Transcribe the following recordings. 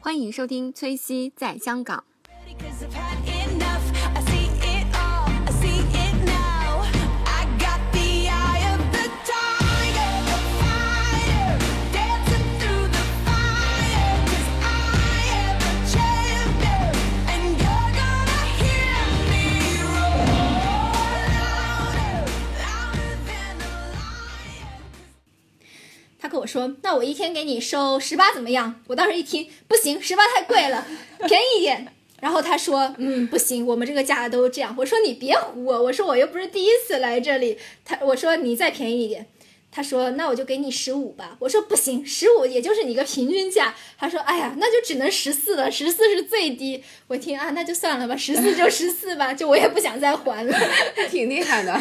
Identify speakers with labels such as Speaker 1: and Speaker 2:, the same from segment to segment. Speaker 1: 欢迎收听崔西在香港。
Speaker 2: Cause I've had enough. I see it all. I see it now. I got the eye of the tiger, the fire, dancing through the fire. Cause I am the champion, and you're gonna hear me roar louder, louder than a lion.
Speaker 3: 他跟我说：“那我一天给你收十八怎么样？”我当时一听，不行，十八太 贵了，便宜一点。然后他说：“嗯，不行，我们这个价都这样。”我说：“你别唬我，我说我又不是第一次来这里。他”我说：“你再便宜一点。”他说：“那我就给你十五吧。”我说：“不行，十五也就是你个平均价。”他说：“哎呀，那就只能十四了，十四是最低。”我一听啊，那就算了吧，十四就十四吧，就我也不想再还了。
Speaker 4: 挺厉害 的。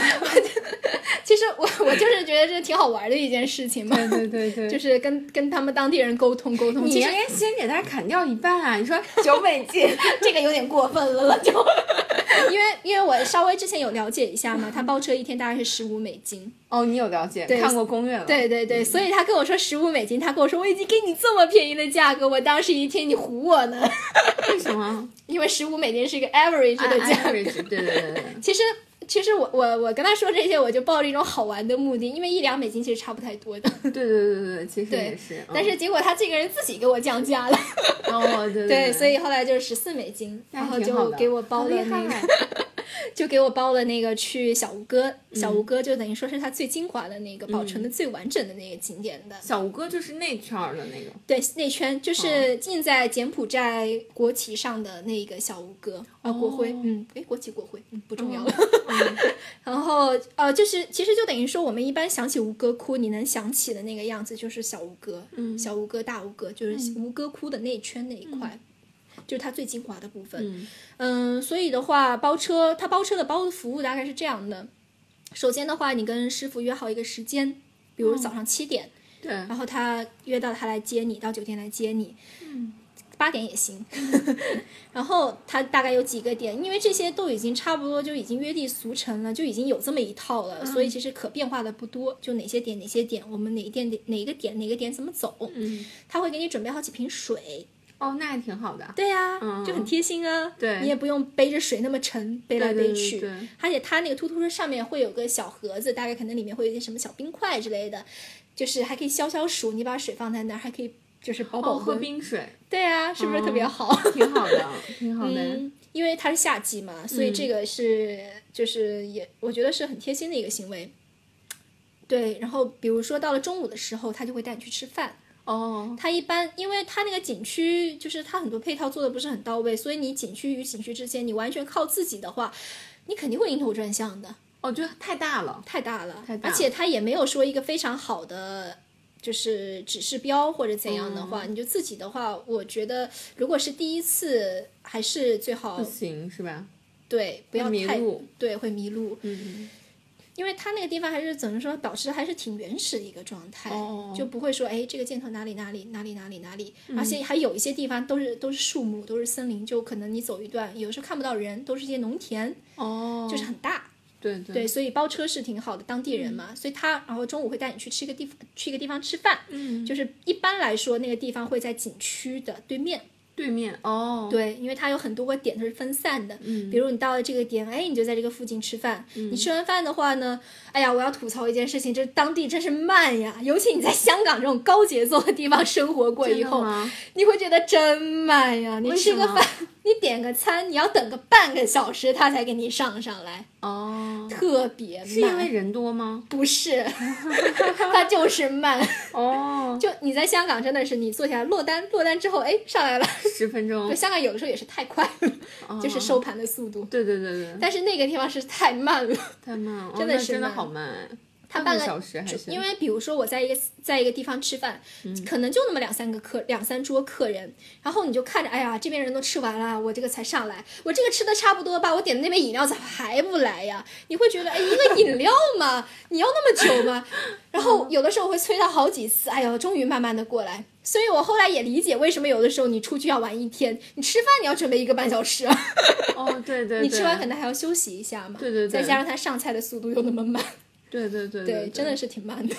Speaker 3: 其实我我就是觉得这挺好玩的一件事情嘛。
Speaker 4: 对对对
Speaker 3: 就是跟跟他们当地人沟通沟通。
Speaker 4: 你
Speaker 3: 其
Speaker 4: 应
Speaker 3: 实
Speaker 4: 该先给他砍掉一半啊！你说九美金，
Speaker 3: 这个有点过分了了，就 因为因为我稍微之前有了解一下嘛，他包车一天大概是十五美金。
Speaker 4: 哦，你有了解，
Speaker 3: 对
Speaker 4: 看过攻略了。，
Speaker 3: 对对对，所以他跟我说十五美金，他跟我说我已经给你这么便宜的价格，我当时一听你唬我呢，
Speaker 4: 为什么？
Speaker 3: 因为十五美金是一个 average
Speaker 4: 这
Speaker 3: 的
Speaker 4: 个
Speaker 3: 价格。
Speaker 4: average，对对对对。
Speaker 3: 其实其实我我我跟他说这些，我就抱着一种好玩的目的，因为一两美金其实差不太多的，
Speaker 4: 对对对对对，其实
Speaker 3: 对
Speaker 4: 也是，
Speaker 3: 但是结果他这个人自己给我降价了。
Speaker 4: 嗯哦， 对对
Speaker 3: 对，
Speaker 4: 对，
Speaker 3: 所以后来就是十四美金，
Speaker 4: 那
Speaker 3: 然后
Speaker 4: 还挺好
Speaker 3: 就
Speaker 4: 的
Speaker 3: 给我包
Speaker 4: 好
Speaker 3: 了
Speaker 4: 厉
Speaker 3: 那
Speaker 4: 害啊
Speaker 3: 个，就给我包了那个去小吴哥，小
Speaker 4: 嗯
Speaker 3: 吴哥就等于说是他最精华的那个保存的最完整的那个景点的。
Speaker 4: 小吴哥就是内圈儿的 那个。
Speaker 3: 对，内圈
Speaker 4: 哦
Speaker 3: 就是印在柬埔寨国旗上的那个小吴哥啊，国徽，
Speaker 4: 哦
Speaker 3: 嗯，诶，国旗国徽，嗯，不重要
Speaker 4: 哦
Speaker 3: 了。 然后呃，就是其实就等于说，我们一般想起吴哥窟，你能想起的那个样子就是小吴哥，
Speaker 4: 嗯
Speaker 3: 小吴哥、大吴哥，就是吴哥窟的那一圈那一块，就是它最精华的部分。
Speaker 4: 嗯
Speaker 3: 嗯所以的话，包车它包车的包服务大概是这样的：首先的话，你跟师傅约好一个时间，比
Speaker 4: 嗯
Speaker 3: 如早上七点，
Speaker 4: 对，
Speaker 3: 然后他约到他来接你，到酒店来接你，八点也行。 然后他大概有几个点，因为这些都已经差不多，就已经约定俗成了，就已经有这么一套了，所以其实可变化的不多。就哪些点哪些点，我们哪一点哪一个点哪个点怎么走，
Speaker 4: 嗯，
Speaker 3: 他会给你准备好几瓶水。
Speaker 4: 哦，那还挺好的。
Speaker 3: 对呀、
Speaker 4: 嗯
Speaker 3: 就很贴心啊。
Speaker 4: 对
Speaker 3: 你也不用背着水那么沉，背来
Speaker 4: 对对
Speaker 3: 背
Speaker 4: 对
Speaker 3: 去。
Speaker 4: 对
Speaker 3: 而且它那个突突车上面会有个小盒子，大概可能里面会有一些什么小冰块之类的，就是还可以消消暑。你把水放在那儿，还可以就是饱饱
Speaker 4: 哦，喝
Speaker 3: 温。
Speaker 4: 冰水
Speaker 3: 对啊，是不是特别好？
Speaker 4: 挺好的，挺好的。
Speaker 3: 嗯，因为它是夏季嘛，所
Speaker 4: 嗯
Speaker 3: 以这个是、就是也我觉得是很贴心的一个行为。对，然后比如说到了中午的时候，他就会带你去吃饭。
Speaker 4: 哦，
Speaker 3: 它一般，因为它那个景区就是它很多配套做的不是很到位，所以你景区与景区之间，你完全靠自己的话，你肯定会晕头转向的，
Speaker 4: 我哦觉得太大了。
Speaker 3: 太大了。
Speaker 4: 太大
Speaker 3: 而且它也没有说一个非常好的就是指示标或者怎样的
Speaker 4: 嗯
Speaker 3: 话，你就自己的话，我觉得如果是第一次，还是最好
Speaker 4: 不行是吧？
Speaker 3: 对不要
Speaker 4: 迷
Speaker 3: 太
Speaker 4: 路
Speaker 3: 对会迷路，
Speaker 4: 嗯，
Speaker 3: 因为它那个地方还是怎么说，保持还是挺原始的一个状态，
Speaker 4: 哦嗯
Speaker 3: 就不会说哎这个箭头哪里哪里哪里哪里哪里，而且还有一些地方都是都是树木，都是森林，就可能你走一段，有时候看不到人，都是一些农田，
Speaker 4: 哦，嗯
Speaker 3: 就是很大。
Speaker 4: 对对
Speaker 3: 对，所以包车是挺好的，当地
Speaker 4: 嗯
Speaker 3: 人嘛，所以他然后中午会带你去吃一个地方，去一个地方吃饭，
Speaker 4: 嗯
Speaker 3: 就是一般来说那个地方会在景区的对面，
Speaker 4: 对面哦，
Speaker 3: 对，因为它有很多个点都是分散的，
Speaker 4: 嗯
Speaker 3: 比如你到了这个点，哎，你就在这个附近吃饭。你吃完饭的话呢，哎呀，我要吐槽一件事情，这当地真是慢呀， 尤其你在香港这种高节奏的地方生活过
Speaker 4: 真的
Speaker 3: 以后，
Speaker 4: 吗
Speaker 3: 你会觉得真慢呀。你
Speaker 4: 为
Speaker 3: 吃
Speaker 4: 什
Speaker 3: 个
Speaker 4: 么
Speaker 3: 饭， 你点个餐，你要等个半个小时，他才给你上上来，
Speaker 4: 哦，
Speaker 3: 特别慢。
Speaker 4: 是因为人多吗？
Speaker 3: 不 是，它就是慢。
Speaker 4: 哦，
Speaker 3: 就你在香港真的是，你坐下来落单，落单之后，哎，上来了。
Speaker 4: 十分钟
Speaker 3: 对，，香港有的时候也是太快了，
Speaker 4: 哦
Speaker 3: 就是收盘的速度。
Speaker 4: 对对对对，
Speaker 3: 但是那个地方是太慢了，
Speaker 4: 太慢了，哦
Speaker 3: 真的
Speaker 4: 那
Speaker 3: 是
Speaker 4: 真的
Speaker 3: 慢
Speaker 4: 好慢，
Speaker 3: 它
Speaker 4: 半
Speaker 3: 半
Speaker 4: 个
Speaker 3: 个
Speaker 4: 小时还嗯
Speaker 3: 就是因为比如说我在一个在一个地方吃饭，可能就那么两三个客两三桌客人，然后你就看着，哎呀，这边人都吃完了，我这个才上来，我这个吃的差不多吧，我点的那杯饮料咋还不来呀？你会觉得，哎，一个饮料嘛，你要那么久 吗？然后有的时候会催他好几次，哎呦，终于慢慢的过来。所以我后来也理解为什么有的时候你出去要玩一天，你吃饭你要准备一个半小时啊。
Speaker 4: 哦，对对对，
Speaker 3: 你吃完可能还要休息一下嘛，
Speaker 4: 对对对
Speaker 3: 再加上他上菜的速度又那么慢，
Speaker 4: 对对对
Speaker 3: 对，真的是挺慢的。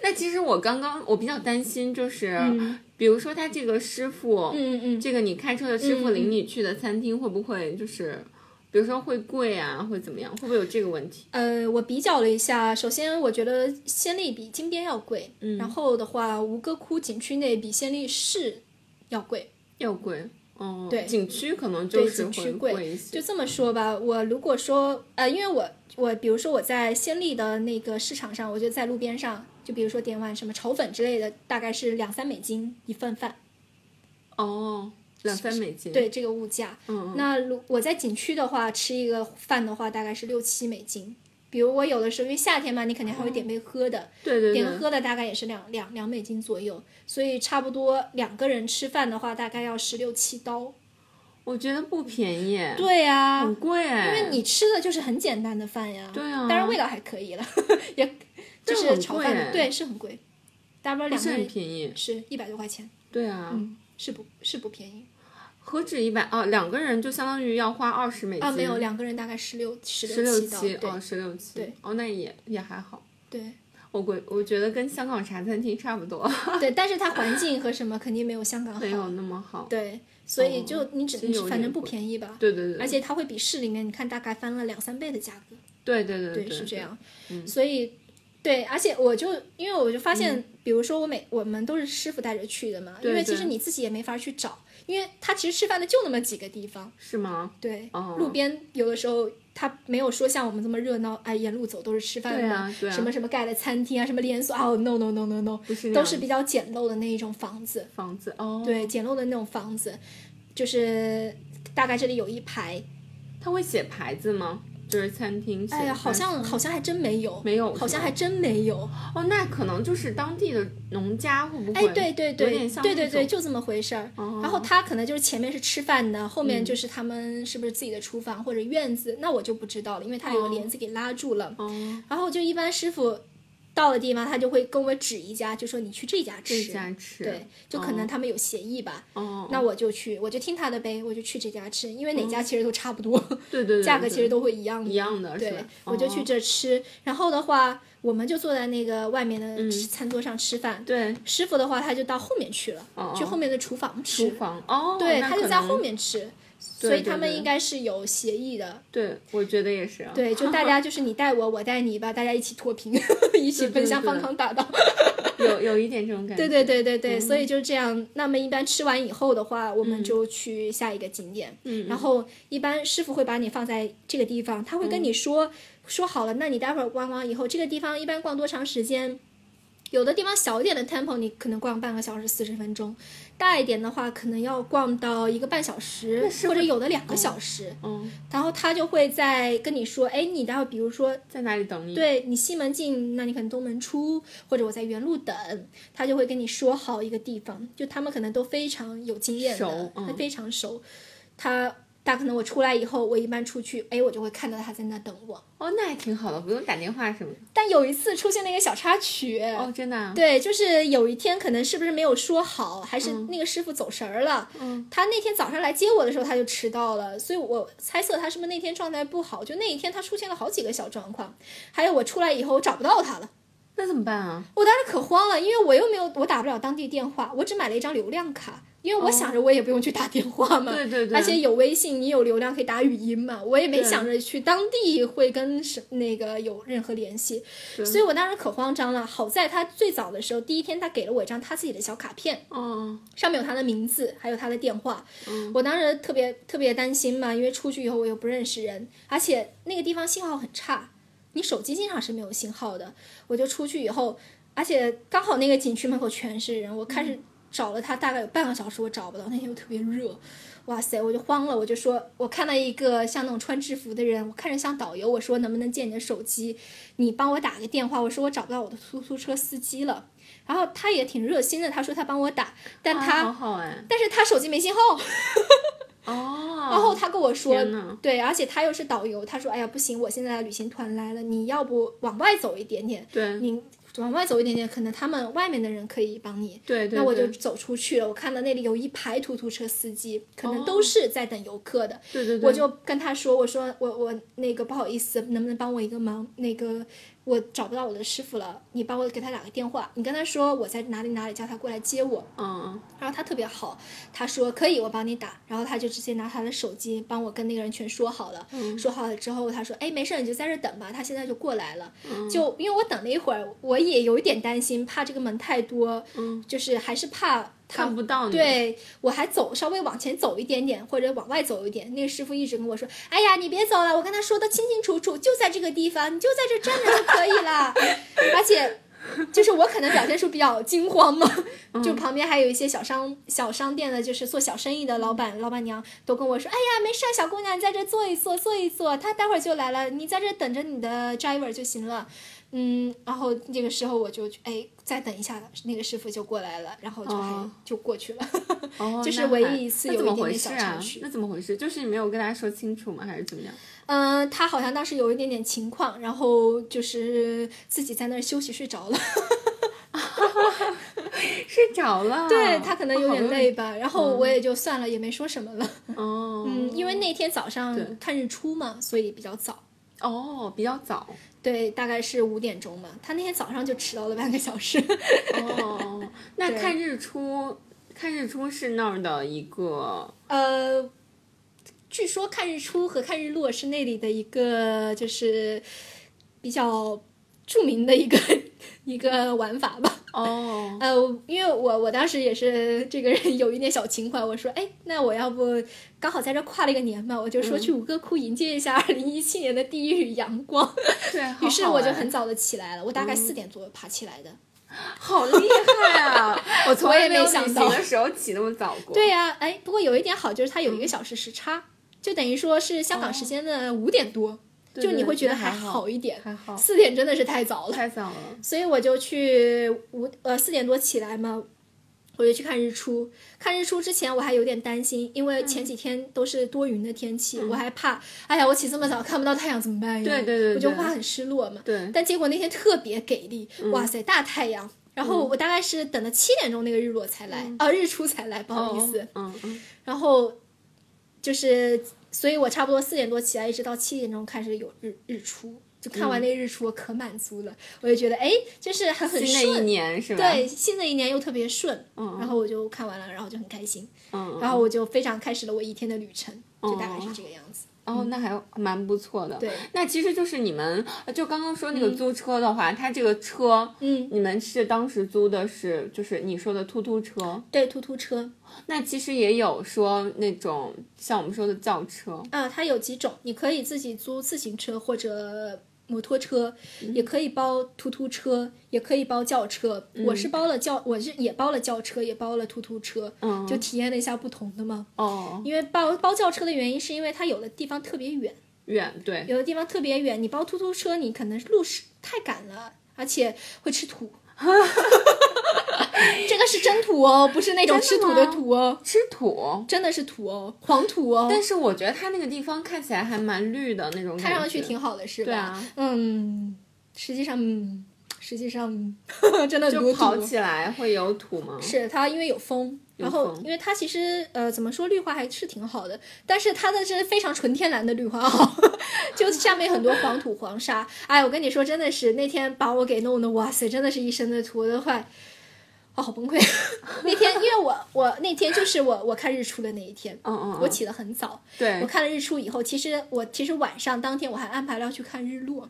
Speaker 4: 那其实我刚刚我比较担心，就是、
Speaker 3: 嗯
Speaker 4: 比如说他这个师傅，
Speaker 3: 嗯嗯，
Speaker 4: 这个你开车的师傅
Speaker 3: 嗯嗯
Speaker 4: 领你去的餐厅会不会就是，比如说会贵啊，会怎么样？会不会有这个问题？
Speaker 3: 呃，我比较了一下，首先我觉得仙丽比金边要贵，
Speaker 4: 嗯
Speaker 3: 然后的话，吴哥窟景区内比仙丽市要贵。
Speaker 4: 要贵。哦，
Speaker 3: 对
Speaker 4: 景区可能就
Speaker 3: 对，
Speaker 4: 是
Speaker 3: 景区
Speaker 4: 会
Speaker 3: 贵
Speaker 4: 一，
Speaker 3: 就
Speaker 4: 些。
Speaker 3: 这么说吧。我如果说，呃，因为我我比如说我在仙丽的那个市场上，我就在路边上，就比如说点碗什么炒粉之类的，大概是两三美金一份饭。
Speaker 4: 哦，两三美金。
Speaker 3: 对，这个物价，
Speaker 4: 嗯，嗯，
Speaker 3: 那如我在景区的话，吃一个饭的话，大概是六七美金。比如我有的时候，因为夏天嘛，你肯定还会点杯喝的，
Speaker 4: 哦对对
Speaker 3: 点
Speaker 4: 对
Speaker 3: 个。喝的大概也是两两两美金左右，所以差不多两个人吃饭的话，大概要十六七刀。
Speaker 4: 我觉得不便宜，
Speaker 3: 对呀、
Speaker 4: 很贵
Speaker 3: 因
Speaker 4: 哎。
Speaker 3: 为你吃的就是很简单的饭呀。
Speaker 4: 对啊
Speaker 3: 当然味道还可以了， 也就
Speaker 4: 但
Speaker 3: 是
Speaker 4: 很
Speaker 3: 炒
Speaker 4: 贵
Speaker 3: 饭
Speaker 4: 哎
Speaker 3: 对是很贵，大不了
Speaker 4: 不
Speaker 3: 两
Speaker 4: 是
Speaker 3: 个
Speaker 4: 很
Speaker 3: 人
Speaker 4: 便宜，
Speaker 3: 是一百多块钱，
Speaker 4: 对嗯啊，
Speaker 3: 是不是不便宜
Speaker 4: 何止一百啊，两个人就相当于要花二十美金
Speaker 3: 啊？没有，两个人大概十六十
Speaker 4: 十
Speaker 3: 六
Speaker 4: 六
Speaker 3: 刀，
Speaker 4: 七哦，
Speaker 3: 对
Speaker 4: 十六七，
Speaker 3: 对
Speaker 4: 哦，那也也还好。
Speaker 3: 对。
Speaker 4: 我觉我觉得跟香港茶餐厅差不多，
Speaker 3: 对，但是它环境和什么肯定没有香港好。
Speaker 4: 没有那么 好。
Speaker 3: 对，所以就你只能
Speaker 4: 是
Speaker 3: 吃，
Speaker 4: 有
Speaker 3: 反正
Speaker 4: 点
Speaker 3: 不
Speaker 4: 贵
Speaker 3: 便宜吧。
Speaker 4: 对对对，
Speaker 3: 而且它会比市里面，你看大概翻了两三倍的价格，
Speaker 4: 对对对
Speaker 3: 是这。样。
Speaker 4: 嗯
Speaker 3: 所以，对，而且我就因为我就发现，比如说我每我们都是师傅带着去的嘛，
Speaker 4: 对
Speaker 3: 因为其
Speaker 4: 对
Speaker 3: 实你自己也没法去找，因为他其实吃饭的就那么几个地方。
Speaker 4: 是吗？
Speaker 3: 对，
Speaker 4: 哦
Speaker 3: 路边有的时候他没有说像我们这么热闹，哎，沿路走都是吃饭的，
Speaker 4: 对啊对啊
Speaker 3: 什么什么盖的餐厅啊，什么连锁啊、哦 no no no no no，
Speaker 4: 不是啊那
Speaker 3: 都
Speaker 4: 样
Speaker 3: 是比较简陋的那一种房子。
Speaker 4: 房子哦，
Speaker 3: 对，，简陋的那种房子，就是大概这里有一排，
Speaker 4: 他会写牌子吗？就是餐厅写的牌
Speaker 3: 哎
Speaker 4: 子。
Speaker 3: 呀，好像好像还真没有，
Speaker 4: 没有
Speaker 3: 好
Speaker 4: 是
Speaker 3: 像
Speaker 4: 吗
Speaker 3: 还真没有。
Speaker 4: 哦，那可能就是当地的农家会不会？
Speaker 3: 哎，对对
Speaker 4: 有
Speaker 3: 对
Speaker 4: 点，像
Speaker 3: 对对
Speaker 4: 那
Speaker 3: 对，
Speaker 4: 种
Speaker 3: 就这么回事儿。
Speaker 4: 哦
Speaker 3: 然后他可能就是前面是吃饭的，后面
Speaker 4: 嗯
Speaker 3: 就是他们是不是自己的厨房或者院子，那我就不知道了，因为他有个
Speaker 4: 哦
Speaker 3: 帘子给拉住了。
Speaker 4: 哦，
Speaker 3: 然后就一般师傅到了地方，他就会跟我指一家，就说你去这家
Speaker 4: 这
Speaker 3: 吃。哦
Speaker 4: 家吃
Speaker 3: 对，就可能他们有协议吧，
Speaker 4: 哦，嗯
Speaker 3: 那我就去，我就听他的呗，我就去这家吃，因为哪家其实都差不多。
Speaker 4: 对对对，
Speaker 3: 价格其实
Speaker 4: 对
Speaker 3: 都会一样的，
Speaker 4: 一样的是
Speaker 3: 对
Speaker 4: 吧，哦
Speaker 3: 我就去这吃，然后的话，我们就坐在那个外面的
Speaker 4: 嗯
Speaker 3: 吃餐桌上吃饭。
Speaker 4: 对
Speaker 3: 师傅的话，他就到后面去了
Speaker 4: 哦，哦
Speaker 3: 去后面的厨房
Speaker 4: 厨
Speaker 3: 吃。
Speaker 4: 房哦，
Speaker 3: 对，
Speaker 4: 那
Speaker 3: 他就
Speaker 4: 可
Speaker 3: 在
Speaker 4: 能
Speaker 3: 后。面吃，所
Speaker 4: 对
Speaker 3: 以
Speaker 4: 对
Speaker 3: 他们
Speaker 4: 对
Speaker 3: 应该是有协议 的。
Speaker 4: 对，我觉得也是。啊
Speaker 3: 对，就大家就是你带我，我带你吧，大家一起脱贫， 一起
Speaker 4: 对对
Speaker 3: 奔向
Speaker 4: 对
Speaker 3: 方康大道。
Speaker 4: 有有一点这种感觉。嗯
Speaker 3: 对对对对对，所以就是这样。那么一般吃完以后的话，我们就去下一个景点。
Speaker 4: 嗯嗯
Speaker 3: 然后一般师傅会把你放在这个地方，他会
Speaker 4: 嗯
Speaker 3: 跟你说、说好了，那你待会儿逛完以后，这个地方一般逛多长时间？有的地方小一点的 temple 你可能逛半个小时四十分钟，大一点的话可能要逛到一个半小时，
Speaker 4: 师
Speaker 3: 或
Speaker 4: 傅
Speaker 3: 者有的两个小时。
Speaker 4: 嗯，
Speaker 3: 然后他就会在跟你说，哎，你待会儿比如说
Speaker 4: 在哪里等你？，
Speaker 3: 对你西门进，那你可能东门出，或者我在原路等，他就会跟你说好一个地方，就他们可能都非常有经验的
Speaker 4: 熟，
Speaker 3: 他
Speaker 4: 嗯
Speaker 3: 非常熟。他大可能我出来以后，我一般出去，哎，我就会看到他在那等我。
Speaker 4: 哦，那还挺好的，不用打电话什么的。
Speaker 3: 但有一次出现了一个小插曲，
Speaker 4: 哦，真的啊。
Speaker 3: 对，就是有一天可能是不是没有说好，还是那个师傅走神儿了。
Speaker 4: 嗯
Speaker 3: 他那天早上来接我的时候他就迟到了，所以我猜测他是不是那天状态不好，就那一天他出现了好几个小状况，还有我出来以后我找不到他了。
Speaker 4: 那怎么办啊？
Speaker 3: 我当时可慌了，因为我又没有，我打不了当地电话，我只买了一张流量卡，因为我想着我也不用去打电话嘛。
Speaker 4: 哦对对对
Speaker 3: 而且有微信，你有流量可以打语音嘛，我也没
Speaker 4: 对
Speaker 3: 想着去当地会跟什那个有任何联系，
Speaker 4: 对
Speaker 3: 所以我当时可慌张了。好在他最早的时候，第一天他给了我一张他自己的小卡片，
Speaker 4: 哦，
Speaker 3: 上面有他的名字，还有他的电话。
Speaker 4: 嗯
Speaker 3: 我当时特别特别担心嘛，因为出去以后我又不认识人，而且那个地方信号很差，你手机经常是没有信号的。我就出去以后，而且刚好那个景区门口全是人，我开始找了他大概有半个小时，我找不到，那天又特别热，哇塞，我就慌了，我就说，我看到一个像那种穿制服的人，我看着像导游，我说能不能借你的手机，你帮我打个电话，我说我找不到我的出租车司机了。然后他也挺热心的，他说他帮我打，但
Speaker 4: 啊
Speaker 3: 他、
Speaker 4: 好好哎。
Speaker 3: 但是他手机没信号，
Speaker 4: 哦。
Speaker 3: 然后他跟我说
Speaker 4: 天呐，
Speaker 3: 对，而且他又是导游，他说，哎呀，不行，我现在旅行团来了，你要不往外走一点点，
Speaker 4: 对
Speaker 3: 你往外走一点点，可能他们外面的人可以帮你。
Speaker 4: 对对
Speaker 3: 那我就
Speaker 4: 对
Speaker 3: 走出去了，我看到那里有一排突突车司机，可能
Speaker 4: 哦
Speaker 3: 都是在等游客的。
Speaker 4: 对对对，
Speaker 3: 我就跟他说：“我说我我那个不好意思，能不能帮我一个忙？那个我找不到我的师傅了，你帮我给他打个电话。你跟他说我在哪里哪里，叫他过来接我。
Speaker 4: 嗯，”
Speaker 3: 然后他特别好，他说可以，我帮你打。然后他就直接拿他的手机帮我跟那个人全说好了。
Speaker 4: 嗯
Speaker 3: 说好了之后，他说：“哎，没事，你就在这等吧，他现在就过来了。
Speaker 4: 嗯
Speaker 3: 就因为我等了一会儿，我也有一点担心，怕这个门太多，
Speaker 4: 嗯
Speaker 3: 就是还是怕他
Speaker 4: 看不到你，，
Speaker 3: 对我还走稍微往前走一点点，或者往外走一点。那个师傅一直跟我说：“哎呀，你别走了，我跟他说的清清楚楚，就在这个地方，你就在这站着就可以 了。”而且，就是我可能表现出比较惊慌嘛，
Speaker 4: 嗯
Speaker 3: 就旁边还有一些小商小商店的，就是做小生意的老板老板娘都跟我说：“哎呀，没事儿，小姑娘，你在这坐一坐，坐一坐，他待会儿就来了，你在这等着你的 driver 就行了。”嗯，然后这个时候我就哎，再等一下，那个师傅就过来了，然后就还、
Speaker 4: 哦
Speaker 3: 就过去了。
Speaker 4: 哦，
Speaker 3: 这是
Speaker 4: 那
Speaker 3: 唯
Speaker 4: 还
Speaker 3: 一一次
Speaker 4: 那
Speaker 3: 有
Speaker 4: 怎
Speaker 3: 一
Speaker 4: 么
Speaker 3: 点
Speaker 4: 回
Speaker 3: 点
Speaker 4: 事
Speaker 3: 小
Speaker 4: 啊
Speaker 3: 插？曲
Speaker 4: 那怎么回事？就是你没有跟大家说清楚吗？还是怎么样？
Speaker 3: 嗯、他好像当时有一点点情况，然后就是自己在那儿休息睡着了。
Speaker 4: 睡着了，
Speaker 3: 对他可能
Speaker 4: 哦
Speaker 3: 有点累
Speaker 4: 吧？
Speaker 3: 吧，然后我也就算了，也没说什么了。
Speaker 4: 哦，
Speaker 3: 嗯， 因为那天早
Speaker 4: 对
Speaker 3: 上看日出嘛，所以比较早。
Speaker 4: 哦，比较早，
Speaker 3: 对，大概是五点钟嘛。他那天早上就迟到了半个小时。
Speaker 4: 哦，那
Speaker 3: 对
Speaker 4: 看日出，看日出是那儿的一个，
Speaker 3: 呃，据说看日出和看日落是那里的一个就是比较著名的一个 一个玩法吧。
Speaker 4: 哦，
Speaker 3: 呃，因为我我当时也是这个人有一点小情怀，我说，哎，那我要不刚好在这跨了一个年嘛，我就说
Speaker 4: 嗯
Speaker 3: 去五哥窟迎接一下二零一七年的第一缕阳光。
Speaker 4: 对，好
Speaker 3: 于是
Speaker 4: 好嗯
Speaker 3: 我就
Speaker 4: 哎
Speaker 3: 很早的起来了，我大概四点左右爬起来的。
Speaker 4: 好厉害 啊！我从
Speaker 3: 我
Speaker 4: 来
Speaker 3: 也
Speaker 4: 没有
Speaker 3: 没想
Speaker 4: 旅
Speaker 3: 到
Speaker 4: 行的时候起那么早过。
Speaker 3: 对呀、哎，不过有一点好就是它
Speaker 4: 嗯
Speaker 3: 有一个小时时差，就等于说是香港时间的五点多，
Speaker 4: 哦对
Speaker 3: 就你
Speaker 4: 对
Speaker 3: 会觉得
Speaker 4: 那还好
Speaker 3: 好一点。
Speaker 4: 还好
Speaker 3: 四点真的是太早了，
Speaker 4: 太早了。
Speaker 3: 所以我就去五呃四点多起来嘛。我就去看日出。看日出之前，我还有点担心，因为
Speaker 4: 嗯
Speaker 3: 前几天都是多云的天气，我还怕，哎呀，我起这么早看不到太阳怎么办呀？
Speaker 4: 对对对对
Speaker 3: 我就会很失落嘛。
Speaker 4: 对嗯
Speaker 3: 但结果那天特别给力，哇塞，大太阳！然后我大概是等了七点钟那个日落才来，啊，日出才来，不好意思。
Speaker 4: 嗯哦嗯嗯，
Speaker 3: 然后就是，所以我差不多四点多起来，一直到七点钟开始有日日出，就看
Speaker 4: 嗯
Speaker 3: 完那日出，我可满足了，我就觉得哎，就是还很
Speaker 4: 新的一
Speaker 3: 顺。
Speaker 4: 年是吧？
Speaker 3: 对，，新的一年又特别顺，
Speaker 4: 嗯
Speaker 3: 然后我就看完了，然后就很开心，
Speaker 4: 嗯，嗯
Speaker 3: 然后我就非常开始了我一天的旅程，就大概是这个样子。
Speaker 4: 哦，那还蛮不错的。
Speaker 3: 对
Speaker 4: 那其实就是你们呃就刚刚说那个租车的话，它这个车，
Speaker 3: 嗯
Speaker 4: 你们是当时租的是就是你说的突突车，
Speaker 3: 对，突突车
Speaker 4: 那其实也有说那种像我们说的轿车，
Speaker 3: 啊，它有几种，你可以自己租自行车或者摩托车，也可以包突突车，也可以包轿车。
Speaker 4: 嗯
Speaker 3: 我是包了轿，我是也包了轿车，也包了突突车，
Speaker 4: 嗯，
Speaker 3: 就体验了一下不同的嘛。
Speaker 4: 哦
Speaker 3: 因为包包轿车的原因，是因为它有的地方特别远，
Speaker 4: 远对，
Speaker 3: 有的地方特别远，你包突突车，你可能路是太赶了，而且会吃 土。这个是真土哦，不是那种吃土的土哦，
Speaker 4: 吃土。
Speaker 3: 真的是土哦，黄土哦。
Speaker 4: 但是我觉得它那个地方看起来还蛮绿的那种感觉，
Speaker 3: 看上去挺好的，是吧？
Speaker 4: 对啊
Speaker 3: 嗯，实际上，嗯实际 上嗯真的很
Speaker 4: 就
Speaker 3: 多
Speaker 4: 跑
Speaker 3: 土。
Speaker 4: 起来会有土吗？
Speaker 3: 是它因为有风，
Speaker 4: 嗯有
Speaker 3: 然后
Speaker 4: 风
Speaker 3: 因为它其实呃怎么说绿化还是挺好的，但是它的是非常纯天然的绿化 好，就下面很多黄土黄沙。哎，我跟你说，真的是那天把我给弄的，哇塞，真的是一身的土，我都快。哦，好崩溃！ 那天因为我我那天就是我我看日出的那一天，
Speaker 4: 嗯嗯嗯
Speaker 3: 我起得很早，
Speaker 4: 对
Speaker 3: 我看了日出以后，其实我其实晚上当天我还安排了要去看日落，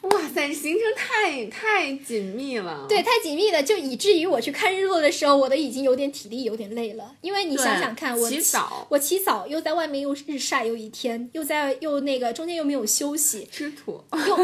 Speaker 4: 哇塞，行程太太紧密了。
Speaker 3: 对，，太紧密了，就以至于我去看日落的时候，我都已经有点体力有点累了。因为你
Speaker 4: 对
Speaker 3: 想想看，我
Speaker 4: 起早
Speaker 3: 我起早又在外面又日晒又一天，又在又那个中间又没有休息，
Speaker 4: 吃 土。
Speaker 3: 又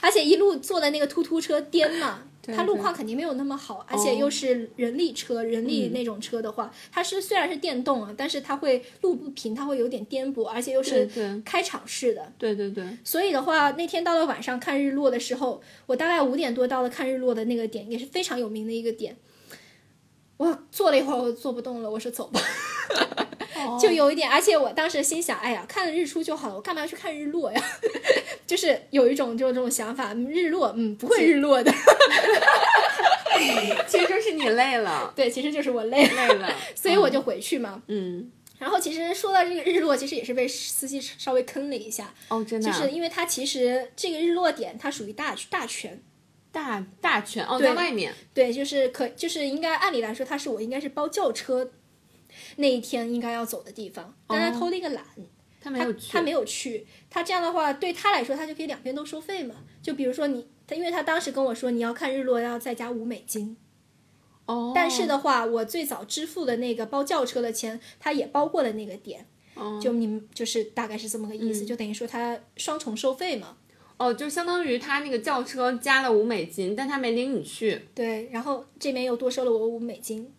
Speaker 3: 而且一路坐的那个突突车颠嘛，
Speaker 4: 对
Speaker 3: 它路
Speaker 4: 对哦
Speaker 3: 况肯定没有那么好，而且又是人力车，人
Speaker 4: 嗯
Speaker 3: 力那种车的话，它是虽然是电动啊，但是它会路不平，它会有点颠簸，而且又
Speaker 4: 对
Speaker 3: 是
Speaker 4: 对
Speaker 3: 开场式的，
Speaker 4: 对对对，
Speaker 3: 所以的话，那天到了晚上看日落的时候，我大概五点多到了看日落的那个点，也是非常有名的一个点。我坐了一会儿，我坐不动了，我说走吧。就有一点。而且我当时心想，哎呀，看日出就好了，我干嘛要去看日落呀？ 就是有一种这种这种想法，嗯日落，嗯，不会日落的。
Speaker 4: 其实就是你累了，
Speaker 3: 对，其实就是我累了，
Speaker 4: 累 了，
Speaker 3: 所以我就回去嘛。
Speaker 4: 嗯，
Speaker 3: 然后其实说到这个日落，其实也是被司机稍微坑了一下，
Speaker 4: 哦，真的
Speaker 3: 就
Speaker 4: 啊，
Speaker 3: 是因为它其实这个日落点它属于大大全，
Speaker 4: 大大圈哦，
Speaker 3: 对
Speaker 4: 在外面，
Speaker 3: 对，就是可就是应该按理来说，它是我应该是包轿车那一天应该要走的地方，但他偷了一个懒，
Speaker 4: 他没
Speaker 3: 他
Speaker 4: 哦有去，
Speaker 3: 他没有去，他这样的话对他来说，他就可以两边都收费嘛。就比如说你，他因为他当时跟我说你要看日落要再加五美金，
Speaker 4: 哦，
Speaker 3: 但是的话，我最早支付的那个包轿车的钱，他也包括了那个点。
Speaker 4: 哦嗯
Speaker 3: 就你就是大概是这么个意思，就等于说他双重收费嘛。
Speaker 4: 哦，就相当于他那个轿车加了五美金，但他没领你去，
Speaker 3: 对，然后这边又多收了我五美金，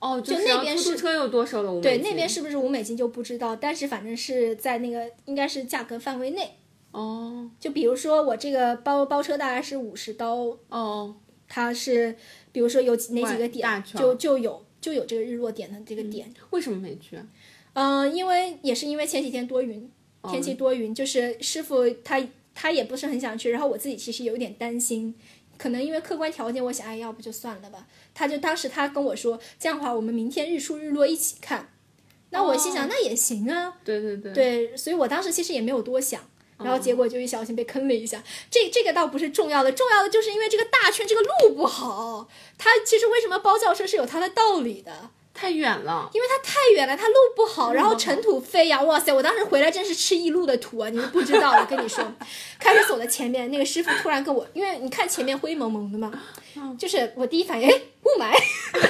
Speaker 4: 哦，就
Speaker 3: 就是那边
Speaker 4: 出租
Speaker 3: 是
Speaker 4: 车又多收了五美
Speaker 3: 对，
Speaker 4: 金，
Speaker 3: 那边是不是五美金就不知道，但是反正是在那个应该是价格范围内。
Speaker 4: 哦
Speaker 3: 就比如说我这个包包车大概是五十刀，
Speaker 4: 哦，
Speaker 3: 它是比如说有几哪几个
Speaker 4: 哇大嗯
Speaker 3: 点
Speaker 4: 圈
Speaker 3: 就就有就有这个日落点的这个点。
Speaker 4: 为什么没去啊？
Speaker 3: 嗯、因为也是因为前几天多云，
Speaker 4: 哦
Speaker 3: 天气多云，就是师傅他他也不是很想去，然后我自己其实有一点担心。可能因为客观条件，我想，哎，要不就算了吧。他就当时他跟我说，这样的话，我们明天日出日落一起看。那我心想，
Speaker 4: 哦
Speaker 3: 那也行啊，
Speaker 4: 对对对，
Speaker 3: 对，所以我当时其实也没有多想，然后结果就一小心被坑了一下。这这个倒不是重要的，重要的就是因为这个大圈这个路不好，它其实为什么包轿车是有它的道理的，
Speaker 4: 太远了，
Speaker 3: 因为它太远了，它路不好，然后尘土飞扬，哇塞！我当时回来真是吃一路的土啊，你们不知道，我跟你说， 看守所的前面那个师傅突然跟我，因为你看前面灰蒙蒙的嘛，就是我第一反应，哎，雾霾，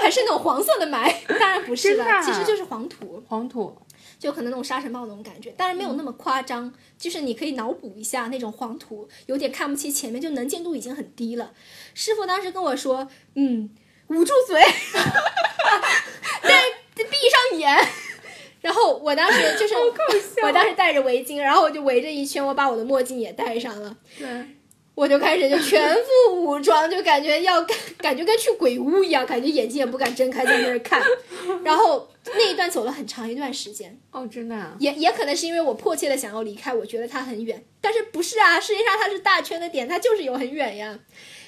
Speaker 3: 还是那种黄色的霾，当然不是
Speaker 4: 真的啊
Speaker 3: 了，其实就是黄土。
Speaker 4: 黄土，
Speaker 3: 就可能那种沙尘暴那种感觉，当然没有那么夸张，就是你可以脑补一下那种黄土，有点看不清前面，就能见度已经很低了。师傅当时跟我说，嗯，捂住嘴， 再闭上眼。然后我当时就是，我当时戴着围巾，然后我就围着一圈，我把我的墨镜也戴上了，
Speaker 4: 对，
Speaker 3: 我就开始就全副武装，就感觉要感感觉跟去鬼屋一样，感觉眼睛也不敢睁开，在那儿看。然后那一段走了很长一段时间，
Speaker 4: 哦，真的啊，
Speaker 3: 也也可能是因为我迫切的想要离开，我觉得它很远，但是不是啊？实际上它是大圈的点，它就是有很远呀。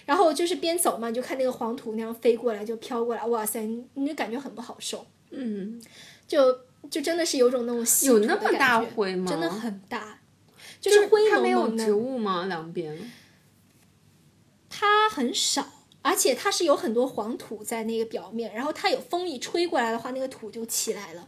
Speaker 3: 然后就是边走嘛，你就看那个黄土那样飞过来，就飘过来，哇塞，你你就感觉很不好受，
Speaker 4: 嗯，
Speaker 3: 就就真的是有种那种稀土
Speaker 4: 有
Speaker 3: 的
Speaker 4: 那么
Speaker 3: 感
Speaker 4: 大
Speaker 3: 觉
Speaker 4: 灰吗
Speaker 3: 真的很大，就是灰
Speaker 4: 它没
Speaker 3: 蒙
Speaker 4: 有
Speaker 3: 蒙
Speaker 4: 植
Speaker 3: 的，
Speaker 4: 物吗？两边，
Speaker 3: 它很少，而且它是有很多黄土在那个表面，然后它有风一吹过来的话，那个土就起来了。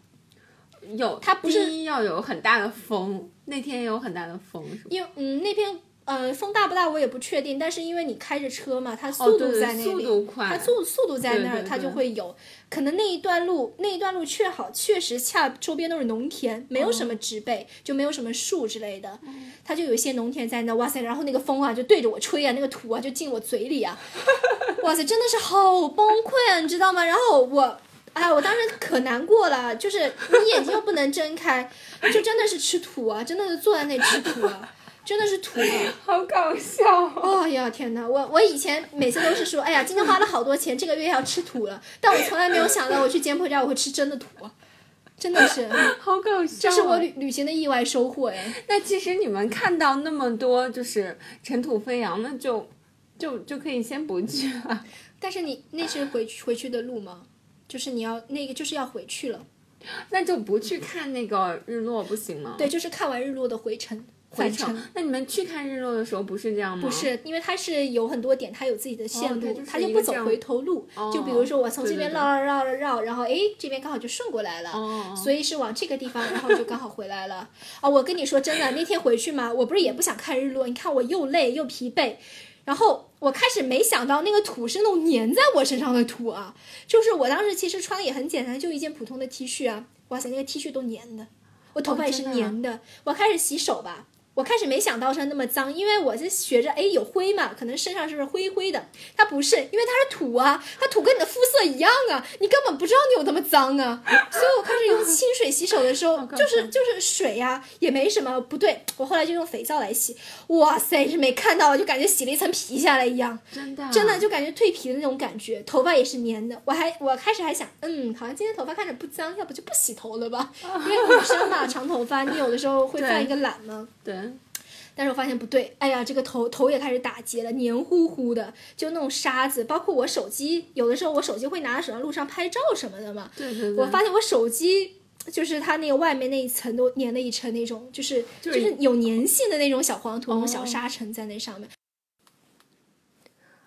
Speaker 4: 有，
Speaker 3: 它不是
Speaker 4: 第一要有很大的风，那天也有很大的风，是吧？
Speaker 3: 因为嗯那边呃风大不大我也不确定，但是因为你开着车嘛，它
Speaker 4: 哦，
Speaker 3: 速
Speaker 4: 对
Speaker 3: 度
Speaker 4: 对
Speaker 3: 在那
Speaker 4: 对，速
Speaker 3: 里，
Speaker 4: 度快，
Speaker 3: 它速速度在那
Speaker 4: 对
Speaker 3: 儿，
Speaker 4: 对
Speaker 3: 它就
Speaker 4: 对
Speaker 3: 会有可能那一段路那一段路确好确实恰周边都是农田，没有什么
Speaker 4: 哦
Speaker 3: 植被，就没有什么树之类的，它就有一些农田在那，哇塞，然后那个风啊就对着我吹啊，那个土啊就进我嘴里啊， 哇塞，真的是好崩溃啊，你知道吗？然后我。哎，我当时可难过了，就是你眼睛又不能睁开，就真的是吃土啊，真的是坐在那里吃土啊，真的是土啊。
Speaker 4: 好搞笑、哦。
Speaker 3: 哦呀，天哪！我我以前每次都是说，哎呀，今天花了好多钱，这个月要吃土了。但我从来没有想到，我去柬埔寨我会吃真的土，啊真的是，
Speaker 4: 好搞笑、哦
Speaker 3: 这是我旅旅行的意外收获哎。
Speaker 4: 那其实你们看到那么多就是尘土飞扬，那就就就可以先不去了。
Speaker 3: 但是你那是回去回去的路吗？就是你要那个，就是要回去了。
Speaker 4: 那就不去看那个日落不行吗？
Speaker 3: 对，，就是看完日落的回程，
Speaker 4: 回
Speaker 3: 返
Speaker 4: 程
Speaker 3: 程。。
Speaker 4: 那你们去看日落的时候不是这样吗？哦
Speaker 3: 不，是，因为它是有很多点，它有自己的线
Speaker 4: 对
Speaker 3: 路，
Speaker 4: 就是
Speaker 3: 它
Speaker 4: 一
Speaker 3: 就
Speaker 4: 个
Speaker 3: 不走
Speaker 4: 这样
Speaker 3: 回头路。就比
Speaker 4: 哦
Speaker 3: 如说我从
Speaker 4: 对
Speaker 3: 这
Speaker 4: 对
Speaker 3: 边
Speaker 4: 对
Speaker 3: 绕啊绕啊绕啊，然后哎这边刚好就顺过来了，
Speaker 4: 哦
Speaker 3: 所以是往这个地方，然后就刚好回来了。哦，我跟你说真的，那天回去嘛，我不是也不想看日落，你看我又累又疲惫，然后我开始没想到那个土是那种粘在我身上的土啊，就是我当时其实穿的也很简单，就一件普通的 T 恤啊，哇塞，那个 T 恤都粘的，我头发也是
Speaker 4: 真的啊
Speaker 3: 粘的。我开始洗手吧，我开始没想到它那么脏，因为我是学着，哎，有灰嘛，可能身上是不是灰灰的？它不是，因为它是土啊，它土跟你的肤色一样啊，你根本不知道你有那么脏啊。所以我开始用清水洗手的时候，就是就是水呀、也没什么不对。我后来就用肥皂来洗，哇塞，是没看到，就感觉洗了一层皮下来一样。
Speaker 4: 真的啊
Speaker 3: 真的就感觉蜕皮的那种感觉，头发也是粘的。我还我开始还想，嗯，好像今天头发看着不脏，要不就不洗头了吧？
Speaker 4: 嗯
Speaker 3: 因为女生嘛，长头发，你有的时候会犯一个懒嘛。
Speaker 4: 对，
Speaker 3: 但是我发现不对，哎呀，这个头头也开始打结了，黏糊糊的，就那种沙子。包括我手机，有的时候我手机会拿在手上路上拍照什么的嘛。
Speaker 4: 对对对
Speaker 3: 我发现我手机。就是它那个外面那一层都粘了一层那种，就是
Speaker 4: 就
Speaker 3: 就是是有粘性的那种小黄土、
Speaker 4: 哦
Speaker 3: 小沙尘在那上面。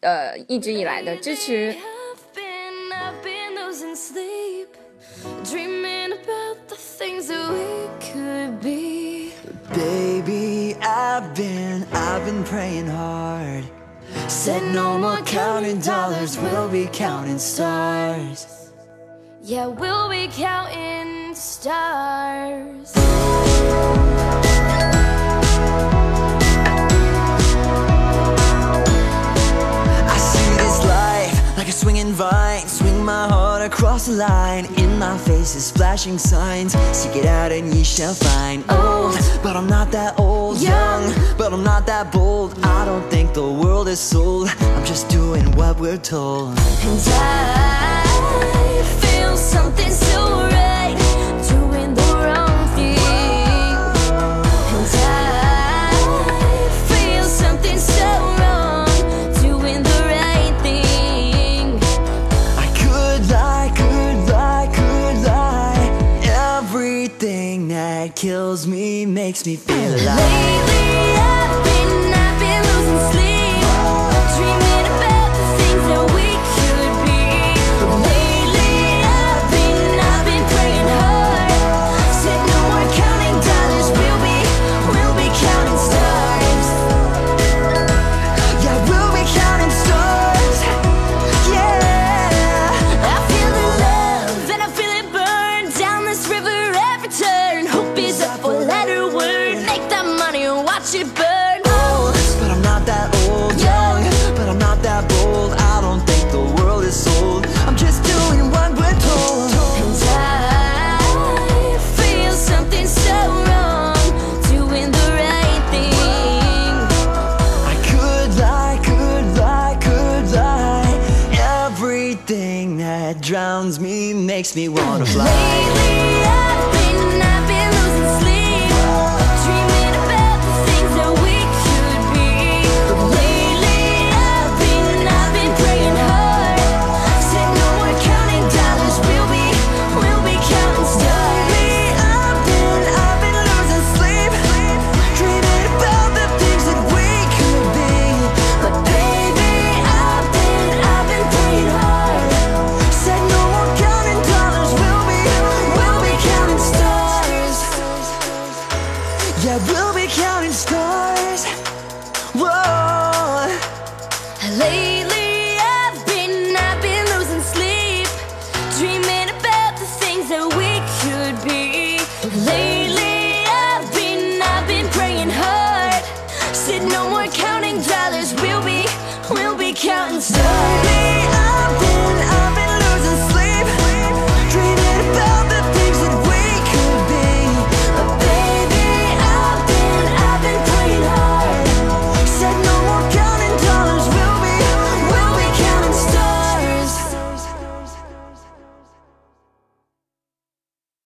Speaker 1: 呃一直以来的支持。
Speaker 2: I've been, I've been losing sleep, dreaming about the things that we could be.
Speaker 5: Baby, I've been, I've been praying hard. Said no more counting dollars, we'll be counting stars.
Speaker 2: Yeah, we'll be counting stars.
Speaker 5: I see this life like a swinging vine. Swing my heart across the line. In my face is flashing signs. Seek it out and ye shall find. Old, but I'm not that old. Young, but I'm not that bold. I don't think the world is sold. I'm just doing what we're told.
Speaker 2: And I feel something so right, doing the wrong thing. And I feel something so wrong, doing the right thing.
Speaker 5: I could lie, could lie, could lie. Everything that kills me makes me feel alive.
Speaker 2: Lately I've been, I've been losing sleep, dreaming about the things that we could be. Lately I've been, I've been praying hard, said no more counting dollars, we'll be, we'll be counting stars.
Speaker 5: Yeah, we'll be counting stars. Yeah.
Speaker 2: I feel the love and I feel it burn down this river every turn. Hope is a four-letter word. Make that money and watch it burn. Oh,
Speaker 5: But I'm not that old. Young, but I'm not that bold. I don't think the world is sold. I'm just doing what we're told.
Speaker 2: I feel something so wrong, doing the right thing.
Speaker 5: I could lie, could lie, could lie. Everything that drowns me makes me wanna fly.
Speaker 2: Lately I've been, I've been losing sleep, dreaming about the things that we could be. Lately I've been, I've been praying hard, said no more counting dollars, we'll be, we'll be counting stars.
Speaker 5: I've been, I've been losing sleep, dreaming about the things that we could be.
Speaker 2: But baby, I've been, I've been praying hard.
Speaker 5: Said no more counting dollars, we'll be, we'll be counting stars. Yeah, we'll